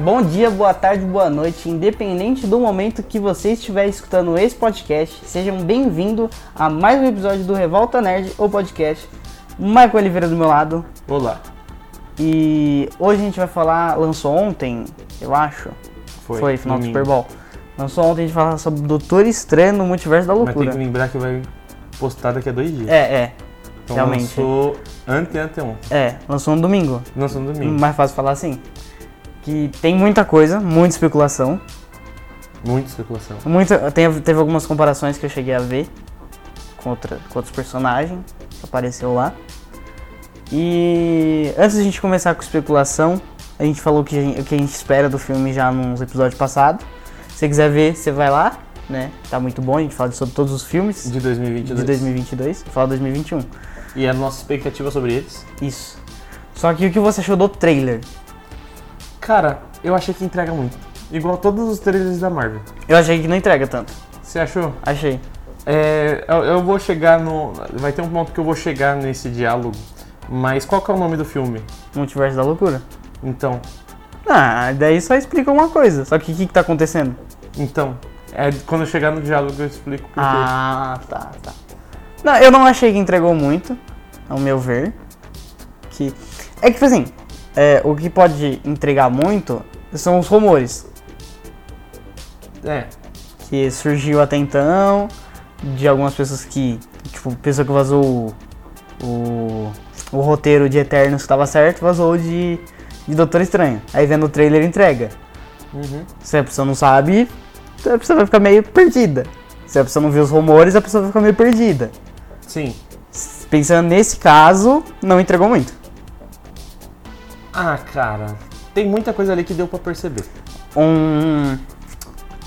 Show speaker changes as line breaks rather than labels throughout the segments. Bom dia, boa tarde, boa noite, independente do momento que você estiver escutando esse podcast, sejam bem-vindos a mais um episódio do Revolta Nerd, o podcast. Michael Oliveira do meu lado,
Olá.
E hoje a gente vai falar, lançou ontem, eu acho.
Foi,
final do
domingo.
Super Bowl. Lançou ontem a gente falar sobre Doutor Estranho no Multiverso da
Mas tem
Loucura.
que lembrar que vai postar daqui a dois dias.
É, é,
então
realmente.
lançou ante anteontem.
é, lançou no domingo.
Lançou no domingo.
Mais fácil falar assim. Que tem muita coisa, muita especulação.
Muita especulação.
Muita, tem- teve algumas comparações que eu cheguei a ver com, outra, com outros personagens que apareceu lá. E antes da gente começar com especulação, a gente falou que a gente, o que a gente espera do filme já nos episódios passados. Se você quiser ver, você vai lá, né? Tá muito bom, a gente fala sobre todos os filmes
De 2022.
de 2022, fala 2021.
E a nossa expectativa sobre eles.
Isso. Só que o que você achou do trailer?
Cara, eu achei que entrega muito. Igual todos os trailers da Marvel.
Eu achei que não entrega tanto.
Você achou?
Achei.
É, eu, eu vou chegar no. Vai ter um ponto que eu vou chegar nesse diálogo. Mas qual que é o nome do filme?
Multiverso da loucura.
Então.
Ah, daí só explica uma coisa. Só que o que, que tá acontecendo?
Então. É, quando eu chegar no diálogo eu explico por quê.
Ah, tá, tá. Não, eu não achei que entregou muito, ao meu ver. Que é que, tipo assim, é, o que pode entregar muito são os rumores
É.
que surgiu até então de algumas pessoas que, tipo, pessoa que vazou o, o, o roteiro de Eternos que tava certo, vazou o de, de Doutor Estranho. Aí vendo o trailer entrega.
Uhum.
Se a pessoa não sabe, a pessoa vai ficar meio perdida. Se a pessoa não viu os rumores, a pessoa vai ficar meio perdida.
Sim.
Pensando nesse caso, não entregou muito.
Ah, cara. Tem muita coisa ali que deu pra perceber.
Um,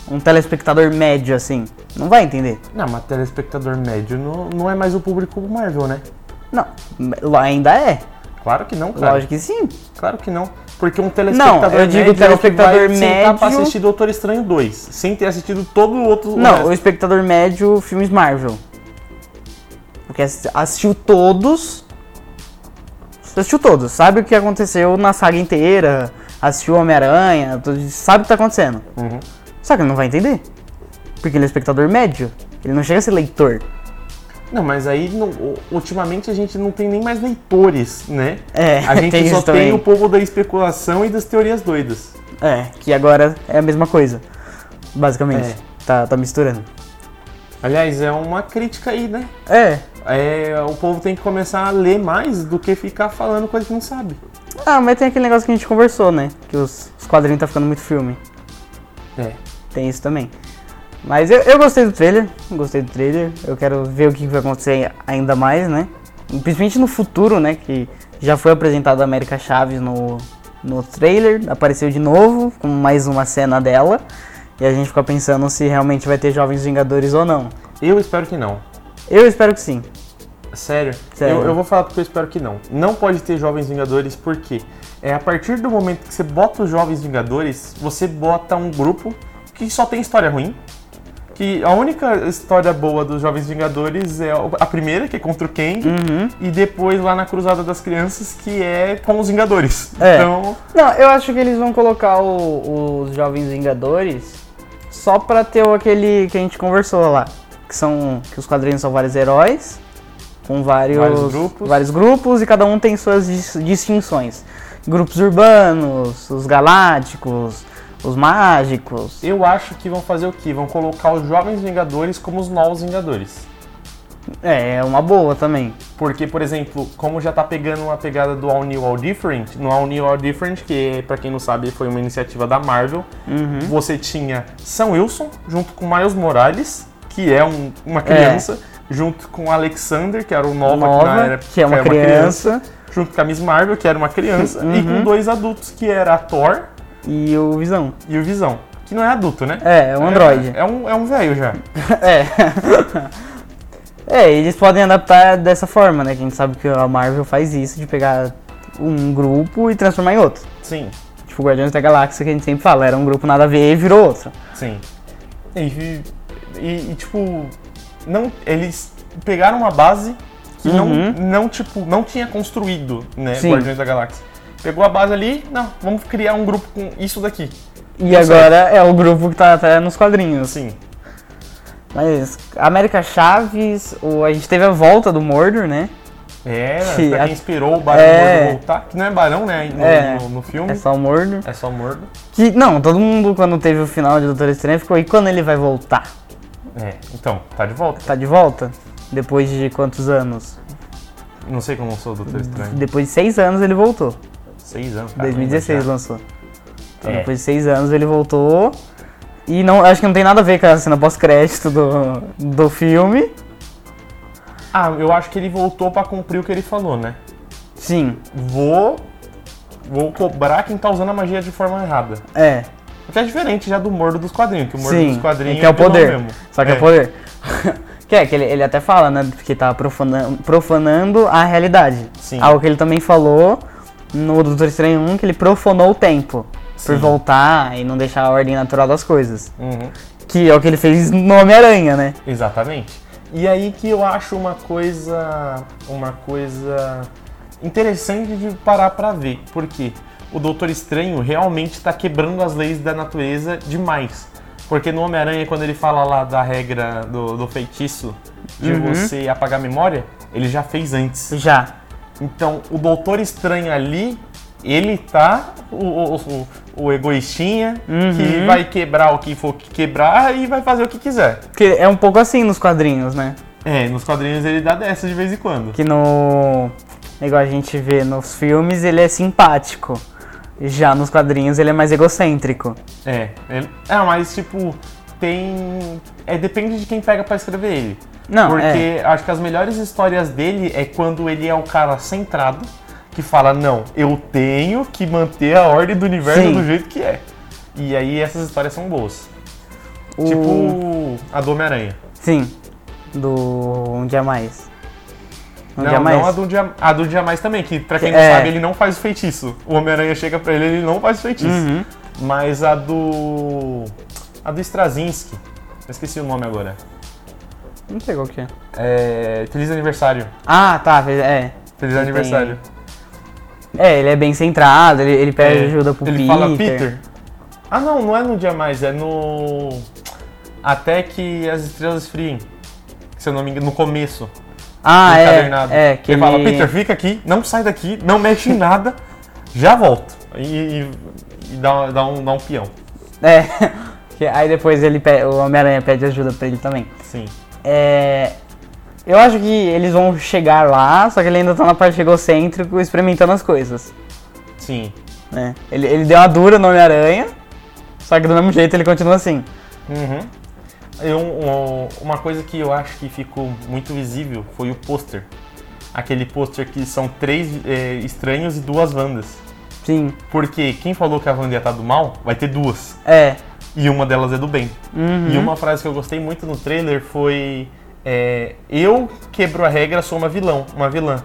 um telespectador médio, assim, não vai entender.
Não, mas telespectador médio não, não é mais o público Marvel, né?
Não, lá ainda é.
Claro que não, cara.
Lógico que sim.
Claro que não. Porque um telespectador
Não, eu digo
médio
telespectador
é o que vai sentar pra
médio-
assistir Doutor Estranho 2, sem ter assistido todo o outro... o
Não,
resto.
o espectador médio, filmes Marvel. Porque assi- assistiu todos. Assistiu todos, sabe o que aconteceu na saga inteira, assistiu Homem-Aranha, tudo- sabe o que tá acontecendo.
Uhum.
Só que ele não vai entender. Porque ele é espectador médio. Ele não chega a ser leitor.
Não, mas aí, não- u- ultimamente, a gente não tem nem mais leitores, né?
É,
A gente
tem
só
isso
tem
também.
o povo da especulação e das teorias doidas.
É, que agora é a mesma coisa. Basicamente. Tá, tá misturando.
Aliás, é uma crítica aí, né?
É.
É, o povo tem que começar a ler mais do que ficar falando coisa que não sabe.
Ah, mas tem aquele negócio que a gente conversou, né? Que os, os quadrinhos tá ficando muito filme.
É.
Tem isso também. Mas eu, eu gostei do trailer. Gostei do trailer. Eu quero ver o que vai acontecer ainda mais, né? Principalmente no futuro, né? Que já foi apresentado a América Chaves no, no trailer. Apareceu de novo, com mais uma cena dela. E a gente fica pensando se realmente vai ter Jovens Vingadores ou não.
Eu espero que não.
Eu espero que sim.
Sério?
Sério.
Eu, eu vou falar porque eu espero que não. Não pode ter Jovens Vingadores, porque é a partir do momento que você bota os Jovens Vingadores, você bota um grupo que só tem história ruim. Que a única história boa dos Jovens Vingadores é a primeira, que é contra o Kang,
Uhum.
e depois lá na Cruzada das Crianças, que é com os Vingadores.
É.
Então,
Não, eu acho que eles vão colocar o- os Jovens Vingadores só pra ter o- aquele que a gente conversou lá. Que são. Que os quadrinhos são vários heróis, com vários,
Vários grupos.
vários grupos, e cada um tem suas dis- distinções. Grupos urbanos, os galácticos, os mágicos.
eu acho que vão fazer o quê? Vão colocar os Jovens Vingadores como os novos Vingadores.
É, é uma boa também.
Porque, por exemplo, como já tá pegando uma pegada do All New All Different, no All New All Different, que pra quem não sabe foi uma iniciativa da Marvel,
Uhum.
você tinha Sam Wilson junto com Miles Morales, que é um- uma criança, junto com Alexander, que era o Nova, que, na
Nova,
era-
que é uma
era
criança, Uhum.
junto com a Miss Marvel, que era uma criança, e com dois adultos, que era a Thor
e o Visão.
e o Visão, que não é adulto, né?
É, é um androide.
É, um, é um velho já.
É. É, eles podem adaptar dessa forma, né? Que a gente sabe que a Marvel faz isso, de pegar um grupo e transformar em outro.
Sim,
Tipo, o Guardiões da Galáxia, que a gente sempre fala, era um grupo nada a ver e virou outro.
Sim. E, e- e, tipo, não, eles pegaram uma base que
Uhum.
não, não, tipo, não tinha construído, né,
Sim.
Guardiões da Galáxia. Pegou a base ali, não, vamos criar um grupo com isso daqui.
E agora é o grupo que tá, tá nos quadrinhos.
Assim,
Mas América Chaves, o, a gente teve a volta do Mordor, né?
é,
Que
pra
a-
quem inspirou o Barão
É.
Gordo voltar, que não é Barão, né, no,
É.
no- no filme,
É só o Mordor.
é só Mordo.
Que, não, todo mundo quando teve o final de Doutor Estranho ficou, e quando ele vai voltar?
É, então, tá de volta.
Tá de volta? Depois de quantos anos?
Não sei como eu sou o Doutor Estranho.
Depois de seis anos ele voltou.
Seis anos, cara. né,
2016
ainda
lançou. Então,
É.
Depois de seis anos ele voltou. E não, acho que não tem nada a ver com a cena pós-crédito do, do filme.
já. Ah, eu acho que ele voltou pra cumprir o que ele falou, né?
Sim,
Vou... Vou cobrar quem tá usando a magia de forma errada.
é.
O que é diferente já do Mordo dos Quadrinhos, que o Mordo
Sim,
dos Quadrinhos...
é que é o
vilão
poder.
mesmo.
Só que é, o poder. que é, que ele, ele até fala, né? Que tá profanando, profanando a realidade.
Sim.
Algo que ele também falou no Doutor Estranho 1, que ele profanou o tempo.
Sim.
Por voltar e não deixar a ordem natural das coisas.
Uhum.
Que é o que ele fez no Homem-Aranha, né?
Exatamente. E aí que eu acho uma coisa, uma coisa interessante de parar pra ver, porque o Doutor Estranho realmente tá quebrando as leis da natureza demais. Porque no Homem-Aranha, quando ele fala lá da regra do, do feitiço de
Uhum.
você apagar a memória, ele já fez antes.
Já.
Então, o Doutor Estranho ali, ele tá o, o, o- o egoístinha que vai quebrar o que for quebrar e vai fazer o que quiser.
Que é um pouco assim nos quadrinhos, né?
É, nos quadrinhos ele dá dessa de vez em quando.
Que no. Igual a gente vê nos filmes, ele é simpático. Já nos quadrinhos ele é mais egocêntrico.
É, ele... é, mas tipo, tem. É, depende de quem pega pra escrever ele.
Não, é,
Porque acho que as melhores histórias dele é quando ele é o cara centrado, que fala, não, eu tenho que manter a ordem do universo
Sim.
do jeito que é. E aí essas histórias são boas.
O-
Tipo a do Homem-Aranha.
Sim. Do Um Dia Mais. Um
Não,
Dia Mais.
não a do dia, a do dia mais também, que pra quem
É.
não sabe, ele não faz o feitiço. O Homem-Aranha chega pra ele, ele não faz o feitiço.
Uhum.
Mas a do. A do Strazinski. Eu esqueci o nome agora.
Não sei qual que é.
É. Feliz aniversário.
Ah, tá. É.
Feliz
Ele
aniversário.
É, ele é bem centrado, ele, ele pede
É,
ajuda pro
ele
Peter.
fala Peter. Ah não, não é no dia mais, é no. Até que as estrelas friem. Se eu não me engano, no começo.
Ah,
encadernado.
é. É, que
ele
ele,
fala, Peter, fica aqui, não sai daqui, não mexe em nada, já volto. E, e- e dá, dá um, dá um peão.
É. que aí depois ele pe- o Homem-Aranha pede ajuda pra ele também.
Sim.
É. Eu acho que eles vão chegar lá, só que ele ainda tá na parte egocêntrico, experimentando as coisas.
Sim.
né? Ele, ele deu uma dura no Homem-Aranha, só que do mesmo jeito ele continua assim.
Uhum. Eu- um- uma coisa que eu acho que ficou muito visível foi o pôster. Aquele pôster que são três é, estranhos e duas Wandas.
Sim,
Porque quem falou que a Wanda ia estar do mal, vai ter duas.
é.
E uma delas é do bem.
Uhum.
E uma frase que eu gostei muito no trailer foi: é, Eu quebro a regra, sou uma vilão, uma vilã.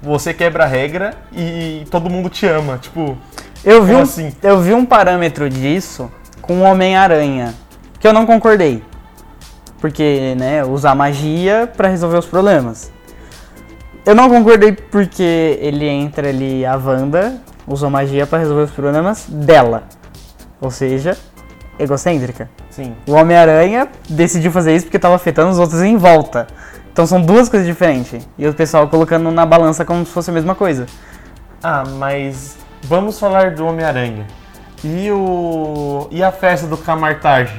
Você quebra a regra e todo mundo te ama. Tipo,
Eu vi,
Como
um,
assim?
eu vi um parâmetro disso com o Homem-Aranha, que eu não concordei. Porque, né, usar magia pra resolver os problemas. Eu não concordei porque ele entra ali, a Wanda usou magia pra resolver os problemas dela. Ou seja, egocêntrica.
sim.
O Homem-Aranha decidiu fazer isso porque tava afetando os outros em volta. Então são duas coisas diferentes. E o pessoal colocando na balança como se fosse a mesma coisa.
Ah, mas vamos falar do Homem-Aranha. E o. E a festa do Camartage?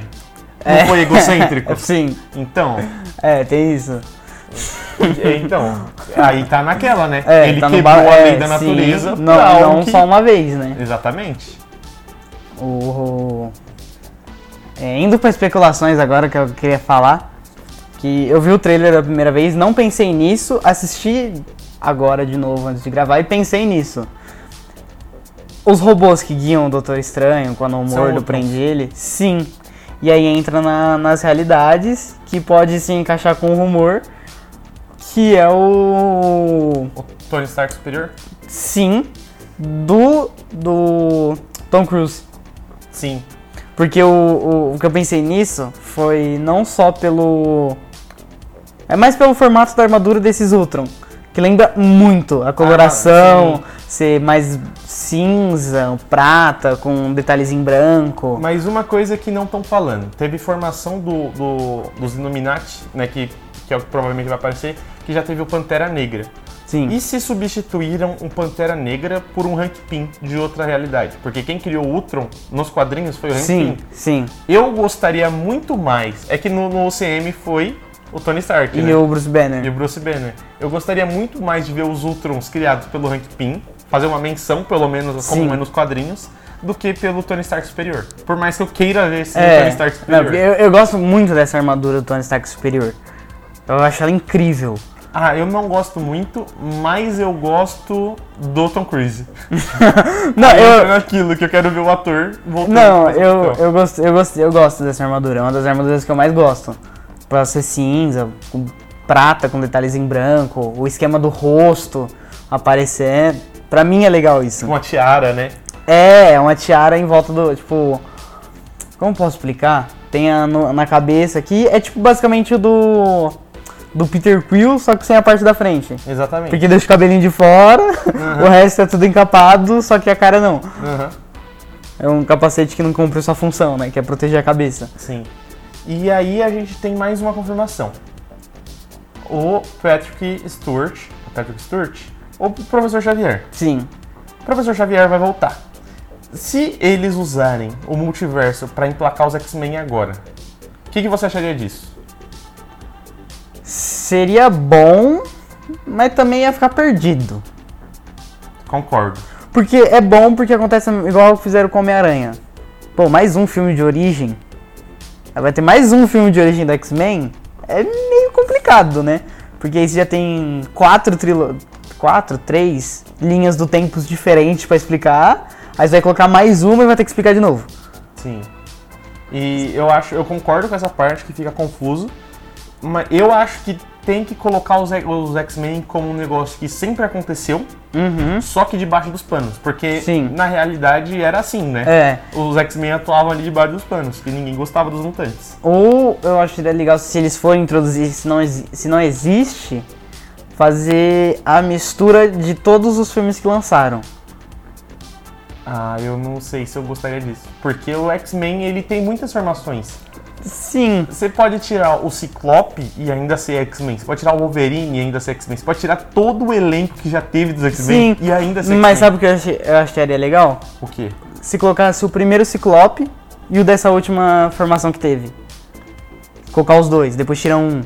Não
É.
foi egocêntrico?
Sim,
Então,
Assim, é, tem isso.
é, então, aí tá naquela, né?
É,
Ele
tá no
quebrou
ba-
a lei
é,
da
sim,
natureza
não,
pra algo
não
que-
só uma vez, né?
Exatamente.
O, o- é, indo para especulações agora que eu queria falar, que eu vi o trailer a primeira vez, não pensei nisso, assisti agora de novo antes de gravar e pensei nisso. Os robôs que guiam o Doutor Estranho quando o
São
Mordo
outros.
prende ele, sim. E aí entra na- nas realidades que pode se encaixar com o rumor que é o
O Tony Stark superior?
sim do do Tom Cruise.
Sim.
Porque o, o, o que eu pensei nisso foi não só pelo. É mais pelo formato da armadura desses Ultron. que lembra muito a coloração
Ah,
ser mais cinza, prata, com um detalhezinho branco.
Mas uma coisa que não estão falando, teve formação do, do- dos Illuminati, né, que, que é o que provavelmente vai aparecer, que já teve o Pantera Negra.
Sim.
E se substituíram um Pantera Negra por um Hank Pym de outra realidade? Porque quem criou o Ultron nos quadrinhos foi o Hank
Sim,
Pym.
sim.
Eu gostaria muito mais, é que no, no UCM foi o Tony Stark,
E
né?
o Bruce Banner.
E o Bruce Banner. né? Eu gostaria muito mais de ver os Ultrons criados pelo Hank Pym, fazer uma menção, pelo menos,
Sim.
como é nos quadrinhos, do que pelo Tony Stark Superior. Por mais que eu queira ver esse
É,
Tony Stark
não,
Superior.
porque eu, eu gosto muito dessa armadura do Tony Stark Superior. Eu acho ela incrível.
Ah, eu não gosto muito, mas eu gosto do Tom Cruise.
Não,
Eu...
eu.
Naquilo que eu quero ver o ator voltando.
Não,
pra esse
eu,
papel.
eu, gosto, eu, gosto, eu gosto dessa armadura. É uma das armaduras que eu mais gosto. Pra ela ser cinza, com prata, com detalhes em branco, o esquema do rosto aparecer. Pra mim é legal isso.
Uma tiara, né?
É, é uma tiara em volta do. Tipo. Como posso explicar? Tem a no- na cabeça aqui. É tipo basicamente o do. Do Peter Quill, só que sem a parte da frente.
Exatamente.
Porque deixa o cabelinho de fora, o resto é tudo encapado, só que a cara não.
Aham.
É um capacete que não cumpriu sua função, né? Que é proteger a cabeça.
Sim. E aí a gente tem mais uma confirmação. O Patrick Stewart, Patrick Stewart, ou o Professor Xavier.
Sim.
O Professor Xavier vai voltar. Se eles usarem o multiverso pra emplacar os X-Men agora, o que, que você acharia disso?
Seria bom, mas também ia ficar perdido.
Concordo.
Porque é bom porque acontece igual fizeram com Homem-Aranha. Pô, mais um filme de origem. Aí Vai ter mais um filme de origem do X-Men. É meio complicado, né? Porque aí você já tem quatro trilo... Quatro, três linhas do tempos diferentes pra explicar. Aí você vai colocar mais uma e vai ter que explicar de novo.
Sim. E eu acho, eu concordo com essa parte que fica confuso, mas eu acho que tem que colocar os, os X-Men como um negócio que sempre aconteceu,
Uhum.
só que debaixo dos panos, porque
Sim.
na realidade era assim, né?
É.
Os X-Men atuavam ali debaixo dos panos, que ninguém gostava dos mutantes.
Ou eu acho que seria legal se eles forem introduzir, se não, exi- se não existe, fazer a mistura de todos os filmes que lançaram.
Ah, eu não sei se eu gostaria disso, porque o X-Men ele tem muitas formações.
Sim.
Você pode tirar o Ciclope e ainda ser X-Men, você pode tirar o Wolverine e ainda ser X-Men, você pode tirar todo o elenco que já teve dos X-Men
Sim,
e ainda ser
Mas
X-Men.
sabe o que eu, achei, eu acharia legal?
O quê?
Se colocasse o primeiro Ciclope e o dessa última formação que teve. Colocar os dois, depois tira um.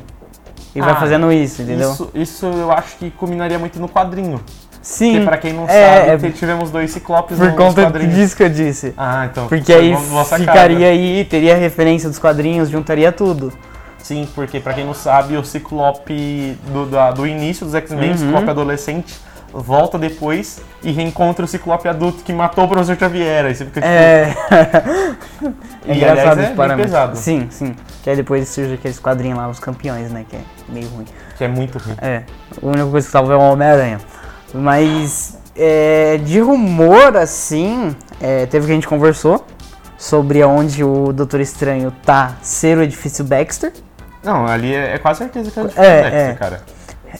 E vai
Ah,
fazendo isso, entendeu?
Isso, isso eu acho que combinaria muito no quadrinho.
Sim.
Porque pra quem não
é,
sabe, tivemos dois ciclopes
por
nos
conta
quadrinhos.
disso que eu disse.
Ah, então.
Porque
foi
aí
uma boa sacada.
ficaria aí, teria referência dos quadrinhos, juntaria tudo.
Sim, porque pra quem não sabe, o Ciclope do, da- do início dos X-Men, o Ciclope adolescente, volta depois e reencontra o Ciclope adulto que matou o Professor Xavier. Aí você fica tipo,
É.
E, aliás, é bem
parâmetros.
pesado.
Sim, sim. Que aí depois surge aqueles quadrinhos lá, os campeões, né? Que é meio ruim.
que é muito ruim.
É, a única coisa que salva é o Homem-Aranha. Mas é, de rumor, assim, é, teve que a gente conversou sobre onde o Doutor Estranho tá ser o edifício Baxter.
Não, ali é, é quase certeza que é o Dexter,
é.
cara.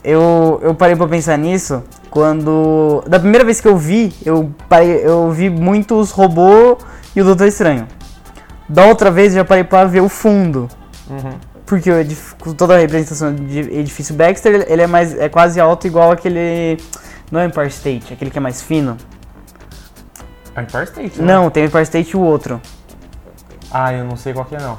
Eu, eu parei pra pensar nisso quando. Da primeira vez que eu vi, eu, parei, eu vi muito os robôs e o Doutor Estranho. Da outra vez eu já parei pra ver o fundo.
Uhum.
Porque o edif- com toda a representação de edifício Baxter, ele- ele é mais é quase alto igual aquele não é Empire State, aquele que é mais fino.
É o Empire State, né?
Não, tem o Empire State e o outro.
Ah, eu não sei qual que é, não.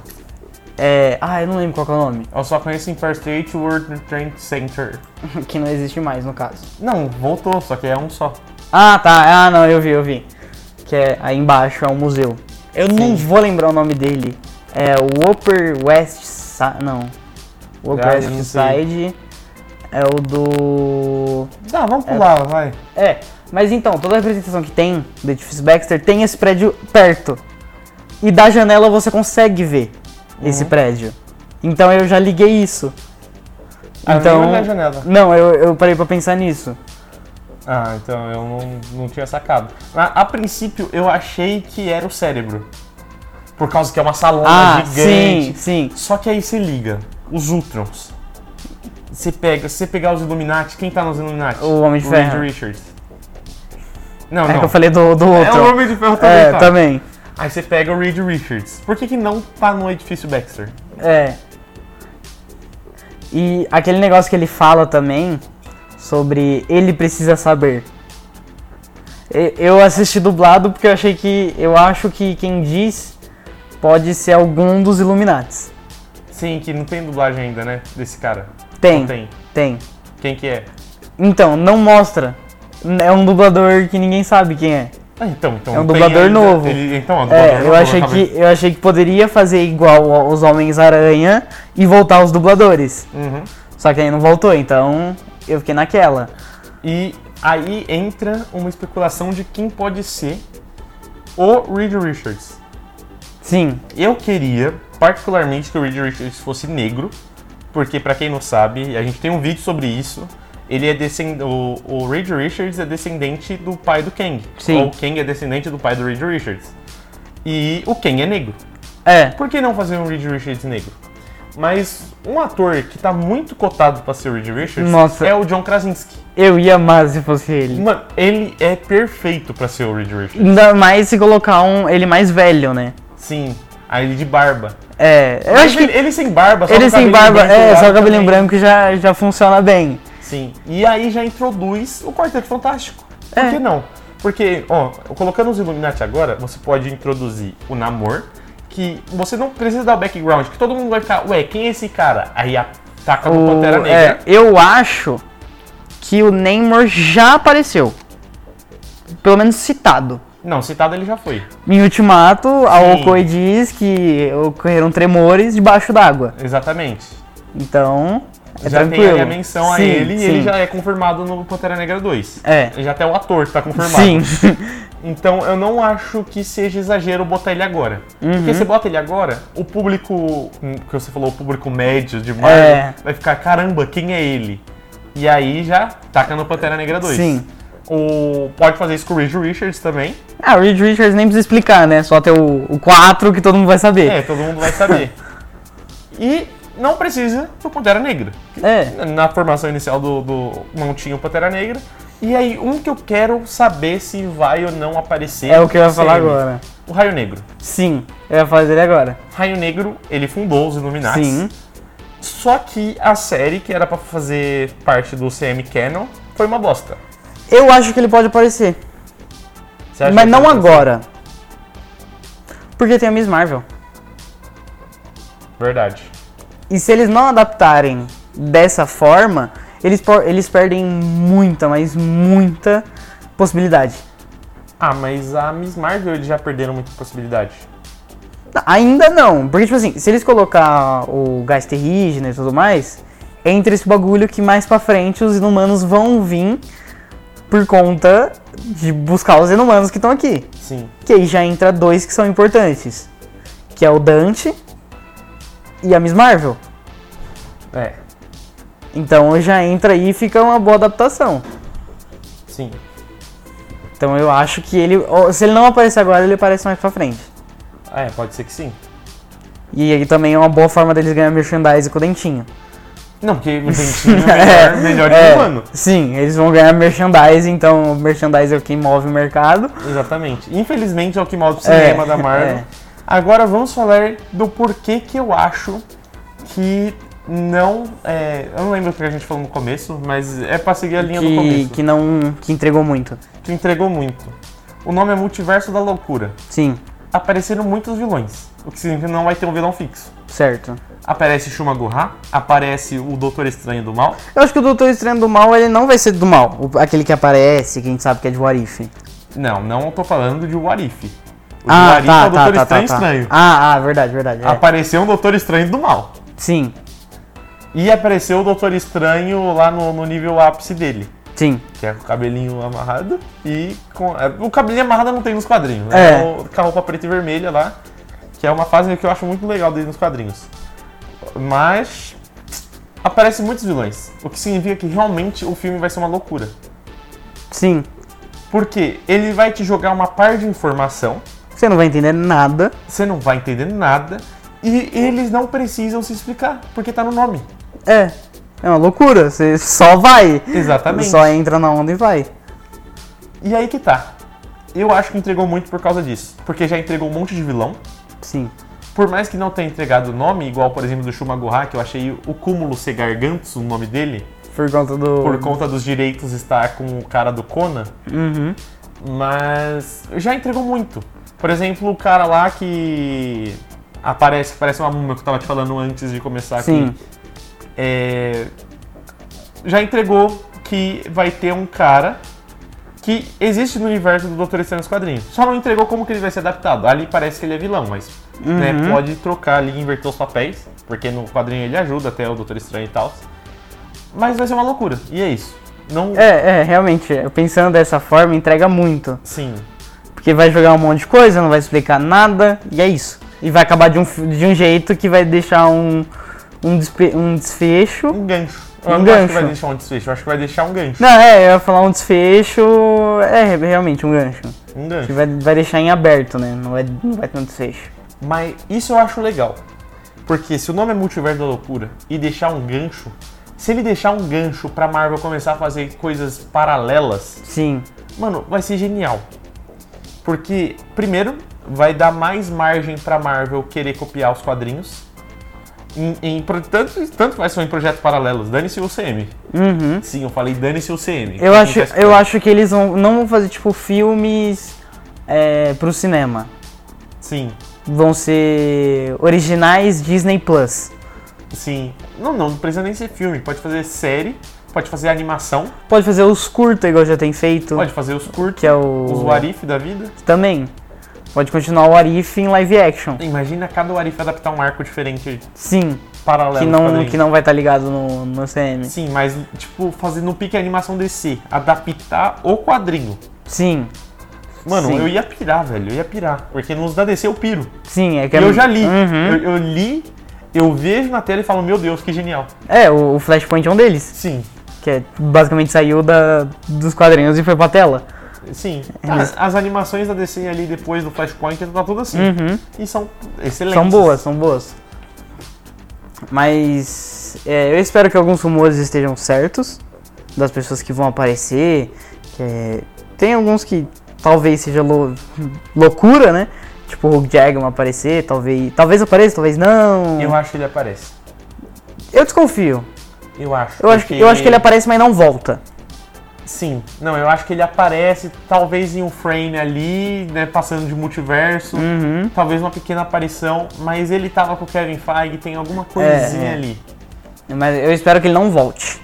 É, ah, eu não lembro qual que é o nome,
Eu só conheço Empire State e World Trade Center.
que não existe mais no caso.
Não, voltou, só que é um só.
Ah, tá. Ah, não, eu vi, eu vi. Que é aí embaixo é um museu. Eu não vou lembrar o nome dele. É o Upper West Side, não. O Upper
Ah, eu
West
não sei.
Side é o do
Tá, vamos pular, vai.
É, mas então, toda a representação que tem do edifício Baxter tem esse prédio perto. E da janela você consegue ver esse
Uhum.
prédio. Então eu já liguei isso.
Ah,
Então-
nem olhei na janela.
Não, eu, eu parei pra pensar nisso.
Ah, então eu não, não tinha sacado. A, a princípio eu achei que era o cérebro. Por causa que é uma salona
Ah,
gigante.
sim, sim.
Só que aí se liga, os Ultrons. Você pega, se você pegar os Illuminati, quem tá nos Illuminati?
O Homem de Ferro.
Reed Richards. Não,
É
não.
que eu falei do, do outro.
É o Homem de Ferro também,
É,
tá.
também.
Aí você pega o Reed Richards. Por que que não tá no edifício Baxter?
É. E aquele negócio que ele fala também sobre ele precisa saber. E- Eu assisti dublado porque eu achei que. Eu acho que quem diz pode ser algum dos Illuminates.
Sim, que não tem dublagem ainda, né? Desse cara.
Tem,
Não tem.
tem.
Quem que é?
Então, não mostra. N- É um dublador que ninguém sabe quem é.
Ah, então, então.
É um
não tem
dublador
ainda.
novo.
Ele- então, é um dublador
É,
novo,
eu achei
acabei-
que eu achei que poderia fazer igual aos Homens-Aranha e voltar os dubladores.
Uhum.
Só que aí não voltou, então eu fiquei naquela.
E aí entra uma especulação de quem pode ser o Reed Richards.
Sim,
Eu queria, particularmente, que o Reed Richards fosse negro, porque, pra quem não sabe, a gente tem um vídeo sobre isso. Ele é descend... o, o Reed Richards é descendente do pai do Kang.
Sim.
Ou o Kang é descendente do pai do Reed Richards. E o Kang é negro.
é.
Por que não fazer um Reed Richards negro? Mas um ator que tá muito cotado pra ser o Reed Richards
Nossa.
é o John Krasinski.
Eu ia amar se fosse ele.
Mano, ele é perfeito pra ser o Reed Richards.
Ainda mais se colocar um ele mais velho, né?
Sim, a ele de barba.
É, eu acho
ele,
que
ele sem barba, só
ele
com
sem
cabelinho
barba,
branco
é,
do
só
lado
o cabelinho
também.
branco já, já funciona bem.
Sim, e aí já introduz o Quarteto Fantástico. Por
É.
que não? Porque, ó, colocando os Illuminati agora, você pode introduzir o Namor, que você não precisa dar o background, que todo mundo vai ficar, ué, quem é esse cara? Aí ataca no
O-
Pantera
é,
Negra.
eu acho que o Namor já apareceu. Pelo menos citado.
Não, citado ele já foi.
Em Ultimato, a
Sim.
Okoi diz que ocorreram tremores debaixo d'água.
Exatamente.
Então, é
já
tranquilo.
tem aí a menção a
Sim,
ele e ele
sim.
já é confirmado no Pantera Negra 2.
É.
Já até o ator tá confirmado.
Sim.
Então eu não acho que seja exagero botar ele agora.
Uhum.
Porque se bota ele agora, o público, hum, que você falou, o público médio de Marvel,
É.
vai ficar, caramba, quem é ele? E aí já taca no Pantera Negra 2.
Sim.
O, pode fazer isso com o Reed Richards também.
Ah, o Reed Richards nem precisa explicar, né? Só ter o, o 4 que todo mundo vai
É,
saber.
todo mundo vai saber. e não precisa do Pantera Negra.
É.
Na formação inicial do, do não tinha o Pantera Negra. E aí, um que eu quero saber se vai ou não aparecer.
É o que eu ia falar
seria
agora.
O Raio Negro.
Sim, eu ia falar dele agora.
Raio Negro, ele fundou os Illuminati.
Sim.
Só que a série, que era pra fazer parte do CM Canon, foi uma bosta.
Eu acho que ele pode aparecer.
Você acha
mas
que é
não
foi uma bosta?
agora. Porque tem a Miss Marvel.
Verdade.
E se eles não adaptarem dessa forma, eles, po- eles perdem muita, mas muita possibilidade.
Ah, mas a Miss Marvel eles já perderam muita possibilidade.
Ainda não, porque tipo assim, se eles colocar o gás terrígeno e tudo mais, entra esse bagulho que mais pra frente os inumanos vão vir por conta de buscar os inumanos que estão aqui.
Sim.
Que aí já entra dois que são importantes, que é o Dante e a Miss Marvel.
É,
Então já entra aí e fica uma boa adaptação.
sim.
Então eu acho que ele, ó, se ele não aparecer agora, ele aparece mais pra frente.
É, pode ser que sim.
E aí também é uma boa forma deles ganhar merchandise com o dentinho.
Não, porque o Dentinho é melhor, melhor que o humano.
Sim, eles vão ganhar merchandise, então o merchandise é o que move o mercado.
Exatamente. Infelizmente é o que move o cinema
É,
da Marvel.
é.
Agora vamos falar do porquê que eu acho que não. é, eu não lembro o que a gente falou no começo, mas é pra seguir a linha do
Que,
começo.
que não. que entregou muito.
que entregou muito. O nome é Multiverso da Loucura.
Sim,
Apareceram muitos vilões, o que significa que não vai ter um vilão fixo.
certo.
Aparece Shuma Gohá, aparece o Doutor Estranho do Mal.
Eu acho que o Doutor Estranho do Mal, ele não vai ser do mal. O- aquele que aparece, que a gente sabe que é de Warif.
Não, não tô falando de Warif. O
Ah,
Warif é
tá,
o
tá,
Doutor
tá, tá,
Estranho
tá.
Estranho.
Ah, ah, verdade, verdade. é.
Apareceu um Doutor Estranho do Mal.
Sim,
E apareceu o Doutor Estranho lá no, no nível ápice dele.
sim.
Que é com o cabelinho amarrado e com. é, o cabelinho amarrado não tem nos quadrinhos,
É.
né? O- Com a roupa preta e vermelha lá. Que é uma fase que eu acho muito legal dele nos quadrinhos. Mas. Aparecem muitos vilões. O que significa que realmente o filme vai ser uma loucura.
Sim.
Porque ele vai te jogar uma par de informação,
Você não vai entender nada.
você não vai entender nada, e eles não precisam se explicar, porque tá no nome.
É. É uma loucura, você só vai.
Exatamente.
Só entra na onda e vai.
E aí que tá. Eu acho que entregou muito por causa disso. Porque já entregou um monte de vilão.
Sim.
Por mais que não tenha entregado o nome, igual, por exemplo, do Shumagoha, que eu achei o cúmulo ser Gargantos, o nome dele,
Por conta do.
por conta dos direitos estar com o cara do Conan,
Uhum.
mas já entregou muito. Por exemplo, o cara lá que aparece, que parece uma múmia que eu tava te falando antes de começar
Sim.
aqui, é, já entregou que vai ter um cara que existe no universo do Doutor Estranho nos quadrinhos. Só não entregou como que ele vai ser adaptado. Ali parece que ele é vilão, mas né,
Uhum.
pode trocar ali, inverter os papéis, porque no quadrinho ele ajuda até o Doutor Estranho e tal. Mas vai ser uma loucura, e é isso. Não...
É, é, realmente, eu pensando dessa forma, entrega muito.
Sim,
Porque vai jogar um monte de coisa, não vai explicar nada, e é isso. E vai acabar de um, fi- de um jeito que vai deixar um, um, despe- um desfecho.
um gancho.
Um
eu não acho
gancho.
que vai deixar um desfecho, eu acho que vai deixar um gancho.
Não, é, eu ia falar um desfecho. É, realmente, um gancho.
Um
Que
gancho.
vai, vai deixar em aberto, né? Não vai, não vai ter um desfecho.
Mas isso eu acho legal. Porque se o nome é Multiverso da Loucura e deixar um gancho, se ele deixar um gancho pra Marvel começar a fazer coisas paralelas,
Sim,
mano, vai ser genial. Porque, primeiro, vai dar mais margem pra Marvel querer copiar os quadrinhos. Em, em pro- tanto, tanto faz são em projetos paralelos. Dane-se o CM.
Uhum.
Sim, eu falei dane-se o CM.
Eu acho, eu acho que eles vão, não vão fazer, tipo, filmes é, pro cinema.
Sim,
Vão ser originais Disney Plus.
sim. Não, não, não precisa nem ser filme. Pode fazer série, pode fazer animação,
Pode fazer os curta, igual já tem feito.
pode fazer os curtos.
Que é o.
Os Warif da vida?
Também. Pode continuar o Arif em live action.
Imagina cada Warif adaptar um arco diferente
Sim.
paralelo.
Que
ao
não,
quadrinho.
que não vai estar ligado no, no CM.
Sim, mas tipo, fazendo um pique animação DC, adaptar o quadrinho.
Sim.
Mano,
Sim.
eu ia pirar, velho, eu ia pirar. Porque nos da DC eu piro.
Sim, é que
E
é-
eu já li.
Uhum.
Eu, eu li, eu vejo na tela e falo, meu Deus, que genial.
É, o, o Flashpoint é um deles.
Sim,
Que é, basicamente saiu da, dos quadrinhos e foi pra tela.
sim.
É
As, as animações da DC ali depois do Flashpoint tá tudo assim.
Uhum.
E são excelentes.
São boas, são boas. Mas é, eu espero que alguns rumores estejam certos das pessoas que vão aparecer. que, é, tem alguns que talvez seja lou- loucura, né? Tipo o Hulk Jackman aparecer, talvez, talvez apareça, talvez não.
Eu acho que ele aparece.
Eu desconfio.
Eu acho.
Eu acho, que, eu acho que ele
aparece.
aparece, mas não volta.
Sim, não, eu acho que ele aparece talvez em um frame ali, né, passando de multiverso,
Uhum.
talvez uma pequena aparição, mas ele tava com o Kevin Feige, tem alguma coisinha
é.
ali.
Mas eu espero que ele não volte.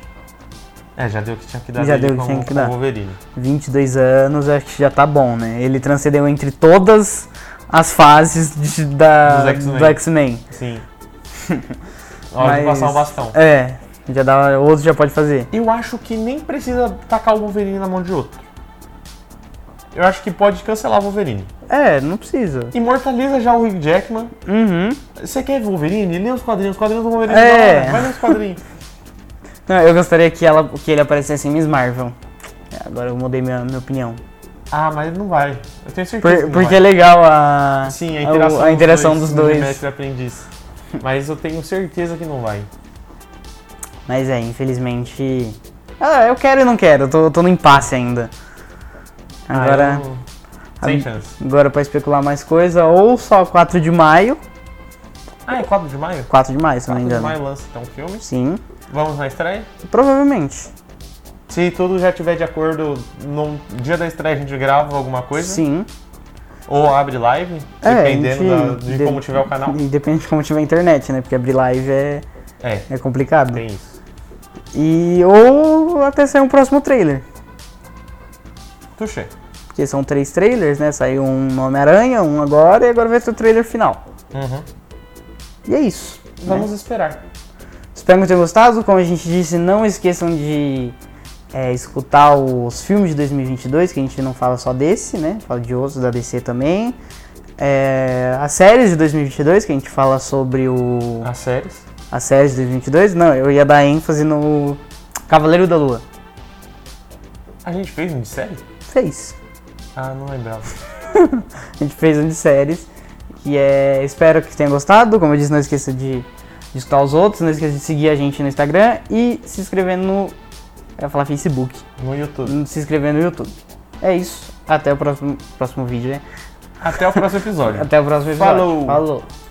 É, já deu o que tinha que dar
Já
dele
deu o que
com-
tinha que
com
dar.
o Wolverine.
22 anos, eu acho que já tá bom, né? Ele transcendeu entre todas as fases de- da,
Dos X-Men.
do X-Men.
Sim. Hora de
Mas-
passar o bastão.
É, já dá, outro já pode fazer.
Eu acho que nem precisa tacar o Wolverine na mão de outro. Eu acho que pode cancelar o Wolverine.
É, não precisa.
Imortaliza já o Hugh Jackman.
Uhum.
Você quer Wolverine? Lê os quadrinhos, os quadrinhos do Wolverine.
É.
da hora. Vai ler os quadrinhos.
Não, eu gostaria que, ela, que ele aparecesse em Miss Marvel. É, Agora eu mudei minha, minha opinião.
Ah, mas não vai. Eu tenho
Por-
certeza. que não
porque
vai.
é legal a,
Sim, a
a- É
interação,
a interação dos
me
dois.
remete a aprendiz. Mas eu tenho certeza que não vai.
Mas é, infelizmente. Ah, eu quero e não quero, eu tô, tô no impasse ainda. Agora,
Ah, eu- Sem chance.
agora pra especular mais coisa, ou só 4 de maio.
Ah, é 4 de maio?
4 de maio, se eu não
4
me engano.
de maio lança então o filme.
Sim,
Vamos na estreia?
provavelmente.
Se tudo já tiver de acordo, no dia da estreia a gente grava alguma coisa.
Sim.
Ou abre live,
É,
dependendo
a
da-
gente-
de como tiver o canal.
E depende de como tiver a internet, né? Porque abrir live é,
É,
é complicado.
tem isso.
E ou até sair um próximo trailer.
Tuxê.
Porque são três trailers, né? Saiu um Homem-Aranha, um agora, e agora vai ser o trailer final.
Uhum.
Né? E é isso.
Vamos esperar.
Espero que tenham gostado. Como a gente disse, não esqueçam de é, escutar os filmes de 2022, que a gente não fala só desse, né? Fala de outros da DC também. É, as séries de 2022, que a gente fala sobre o.
As séries.
As séries de 2022? Não, eu ia dar ênfase no Cavaleiro da Lua.
A gente fez um de série?
Fez.
Ah, não lembrava.
A gente fez um de séries. Que é. Espero que tenha gostado. Como eu disse, não esqueça de de escutar os outros. Não esqueça de seguir a gente no Instagram e se inscrever no. Eu ia falar Facebook.
no YouTube.
Se inscrever no YouTube. É isso. Até o próximo, próximo vídeo, né?
Até o próximo episódio.
Até o próximo episódio.
Falou.
Falou.